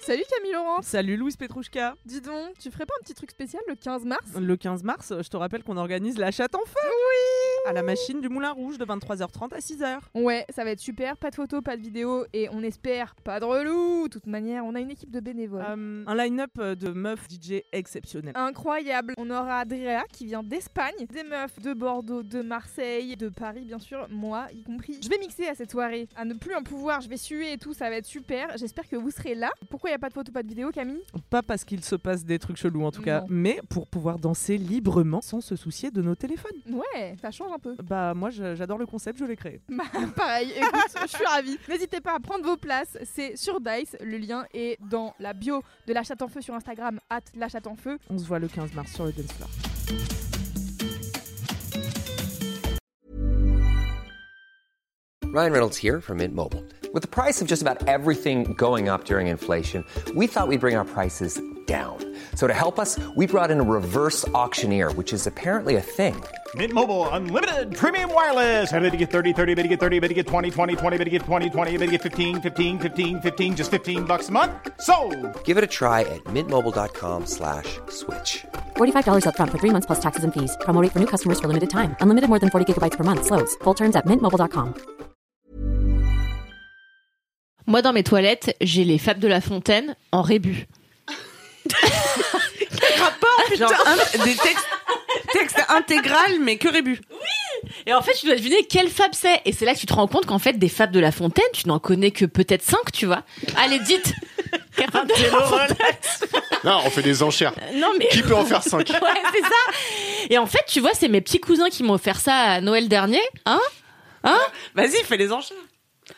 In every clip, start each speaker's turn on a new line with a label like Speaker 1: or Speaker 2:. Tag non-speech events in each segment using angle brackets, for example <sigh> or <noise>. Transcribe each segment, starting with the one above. Speaker 1: Salut Camille Laurence
Speaker 2: Salut Louise Petrouchka.
Speaker 1: Dis donc, tu ferais pas un petit truc spécial le 15 mars
Speaker 2: Le 15 mars, je te rappelle qu'on organise la chatte en feu à la machine du Moulin Rouge de 23h30 à 6h.
Speaker 1: Ouais, ça va être super, pas de photos, pas de vidéos, et on espère pas de relou De toute manière, on a une équipe de bénévoles.
Speaker 2: Euh, un line-up de meufs DJ exceptionnel.
Speaker 1: Incroyable On aura Adrea qui vient d'Espagne, des meufs de Bordeaux, de Marseille, de Paris bien sûr, moi y compris. Je vais mixer à cette soirée, à ne plus en pouvoir, je vais suer et tout, ça va être super, j'espère que vous serez là. Pourquoi y a pas de photos, pas de vidéos Camille
Speaker 2: Ah. Pas parce qu'il se passe des trucs chelous en tout cas,
Speaker 1: Non.
Speaker 2: mais pour pouvoir danser librement sans se soucier de nos téléphones.
Speaker 1: Ouais, ça change un peu.
Speaker 2: Bah moi je- j'adore le concept, je l'ai créé.
Speaker 1: Bah, <laughs> pareil, écoute, je suis ravie. N'hésitez pas à prendre vos places, c'est sur Dice. Le lien est dans la bio de La Chatte en Feu sur Instagram, at La Chatte en Feu.
Speaker 2: On se voit le 15 mars sur le dance floor.
Speaker 3: Ryan Reynolds here from Mint Mobile. With the price of just about everything going up during inflation, we thought we'd bring our prices down. So to help us, we brought in a reverse auctioneer, which is apparently a thing.
Speaker 4: Mint Mobile unlimited premium wireless. Ready to get 30, 30, bit to get 30, bit to get 20, 20, 20, bit to get 20, 20, bit to get 15, 15, 15, 15 just 15 bucks a month. Sold.
Speaker 3: Give it a try at mintmobile.com slash switch.
Speaker 5: $45 upfront for three months plus taxes and fees. Promo rate for new customers for limited time. Unlimited more than 40 gigabytes per month. Slows. Full terms at mintmobile.com.
Speaker 6: Moi, dans mes toilettes, j'ai les Fables de la Fontaine en rébut.
Speaker 7: Genre un- des textes, textes intégral mais que rébus.
Speaker 6: Et en fait, tu dois deviner quelle fable c'est. Et c'est là que tu te rends compte qu'en fait, des fables de la Fontaine, tu n'en connais que peut-être 5, tu vois. Allez, <laughs> dites Quelle fable de la Fontaine <laughs>
Speaker 8: Non, on fait des enchères.
Speaker 6: Non, mais.
Speaker 8: Qui peut en faire 5
Speaker 6: <laughs> Ouais, c'est ça Et en fait, tu vois, c'est mes petits cousins qui m'ont offert ça à Noël dernier. Hein
Speaker 7: Vas-y, fais les enchères.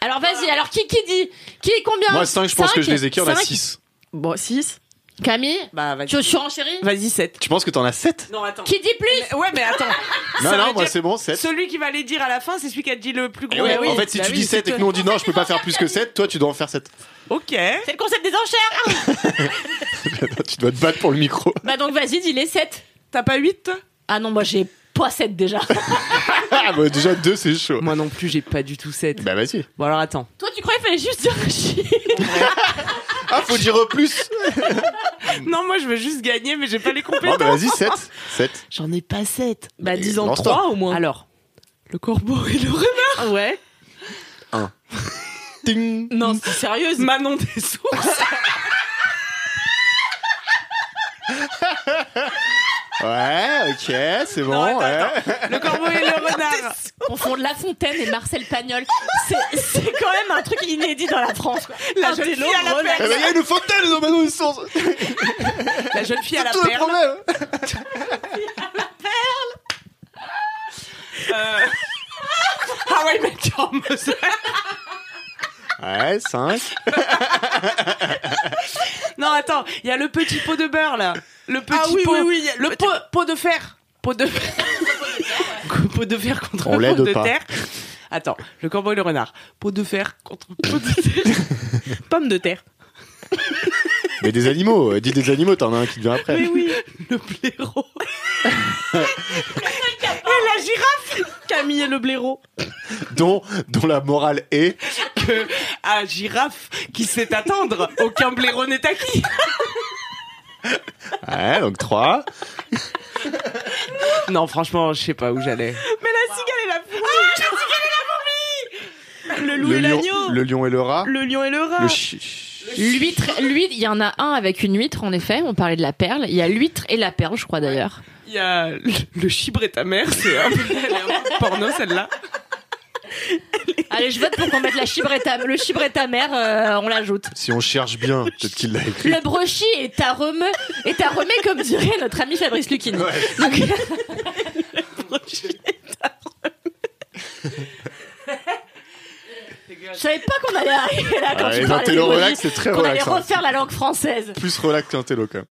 Speaker 6: Alors vas-y, alors qui qui dit Qui est combien
Speaker 8: Moi, 5, je pense
Speaker 6: Cinq
Speaker 8: que je les ai qu'il y en a
Speaker 6: Cinq
Speaker 8: 6.
Speaker 7: Bon, 6.
Speaker 6: Camille
Speaker 7: Bah,
Speaker 6: Tu
Speaker 7: vas-y.
Speaker 6: surenchéris
Speaker 7: Vas-y, 7.
Speaker 8: Tu penses que t'en as 7
Speaker 7: Non, attends.
Speaker 6: Qui dit plus
Speaker 7: Ouais, mais attends.
Speaker 8: Non,
Speaker 7: Ah, Ça veut
Speaker 8: non, moi
Speaker 7: dire-
Speaker 8: c'est bon, 7.
Speaker 7: Celui qui va les dire à la fin, c'est celui qui a dit le plus gros.
Speaker 8: Eh ouais,
Speaker 7: Bah oui.
Speaker 8: en fait, si
Speaker 7: Bah
Speaker 8: tu
Speaker 7: oui,
Speaker 8: dis
Speaker 7: c'est
Speaker 8: 7 et que
Speaker 7: toi.
Speaker 8: nous on dit non, je peux pas faire plus que 7, toi tu dois en faire <laughs> 7.
Speaker 7: Ok.
Speaker 6: C'est le concept des enchères
Speaker 8: Bah, tu dois te battre pour le micro. <laughs>
Speaker 6: Bah donc vas-y, dis les 7.
Speaker 7: T'as pas 8
Speaker 6: Ah non, moi j'ai pas 7 <laughs> déjà.
Speaker 8: Ah, bah, déjà 2, c'est chaud.
Speaker 7: Moi non plus, j'ai pas du tout 7.
Speaker 8: Bah, vas-y.
Speaker 7: Bon, alors attends.
Speaker 6: Toi, tu croyais qu'il fallait juste dire un chiffre
Speaker 8: Ah, faut dire
Speaker 7: <laughs>
Speaker 8: plus.
Speaker 7: Non, moi je veux juste gagner, mais j'ai
Speaker 8: <laughs>
Speaker 7: pas les
Speaker 8: Non,
Speaker 7: compétences.
Speaker 8: bah, vas-y, 7. 7.
Speaker 7: J'en ai pas 7.
Speaker 8: Bah, dis en Lance-toi. trois,
Speaker 7: au moins. Alors, le corbeau et le
Speaker 6: Ah
Speaker 7: renard. Ouais.
Speaker 8: Ting.
Speaker 6: Mm.
Speaker 7: Non, c'est sérieuse. Manon des sources.
Speaker 8: Ouais, ok, c'est bon.
Speaker 7: attends,
Speaker 8: ouais.
Speaker 7: le corbeau et <laughs> le renard.
Speaker 6: Confondre La Fontaine et Marcel Pagnol. C'est c'est quand même un truc inédit dans la France. quoi.
Speaker 7: La
Speaker 6: Un
Speaker 7: jeune
Speaker 6: télo,
Speaker 7: fille à la
Speaker 6: Roland.
Speaker 8: Eh ben, il y a une fontaine dans ma nourrissance.
Speaker 7: <laughs> La jeune fille à la
Speaker 8: Tout le
Speaker 7: perle.
Speaker 8: problème.
Speaker 7: Euh... Ah ouais, mais tu en me
Speaker 8: Ouais, 5.
Speaker 7: Non, attends, il y a le petit pot de beurre là. Le petit
Speaker 2: oui,
Speaker 7: pot.
Speaker 2: oui, oui, il y a
Speaker 7: le pot, pot de fer. Pot de fer. <laughs> pot de fer contre
Speaker 8: On
Speaker 7: pot
Speaker 8: l'aide
Speaker 7: de
Speaker 8: pas.
Speaker 7: terre. Attends, le corbeau et le renard. Pot de fer contre pot de terre.
Speaker 8: <laughs>
Speaker 7: Pomme de terre.
Speaker 8: Mais des animaux, euh, dis des animaux, t'en as un qui vient après.
Speaker 7: oui. <laughs> Le blaireau. <laughs> et la girafe. Camille et le blaireau.
Speaker 8: Dont, dont la morale est.
Speaker 7: Que à Ah, girafe qui sait attendre, aucun blaireau n'est acquis.
Speaker 8: Ouais, donc 3.
Speaker 7: Non, franchement, je sais pas où j'allais.
Speaker 2: Mais la cigale est la fourmi
Speaker 7: Ah, Le
Speaker 8: lion, le lion et le rat.
Speaker 7: Le lion et le rat.
Speaker 8: Le chi-
Speaker 6: L'huître, lui, il y en a un avec une huître, en effet. On parlait de la perle. Il y a l'huître et la perle, je crois d'ailleurs.
Speaker 7: Il y a le, le chibre et ta mère, c'est un peu elle est un peu porno celle-là.
Speaker 6: Allez, je vote pour qu'on mette la chibre et ta- le chibre et ta mère, euh, on l'ajoute.
Speaker 8: Si on cherche bien, peut-être qu'il l'a écrit.
Speaker 6: Le brochi et ta remue, et ta remue, comme dirait notre ami Fabrice Lucchini. Donc, je savais pas qu'on allait arriver là quand
Speaker 8: Ah,
Speaker 6: tu parlais
Speaker 8: les
Speaker 6: des
Speaker 8: intello
Speaker 6: brochis,
Speaker 8: relax, c'est très
Speaker 6: Qu'on allait
Speaker 8: relaxant.
Speaker 6: refaire la langue française.
Speaker 8: Plus relax qu'un télo quand même.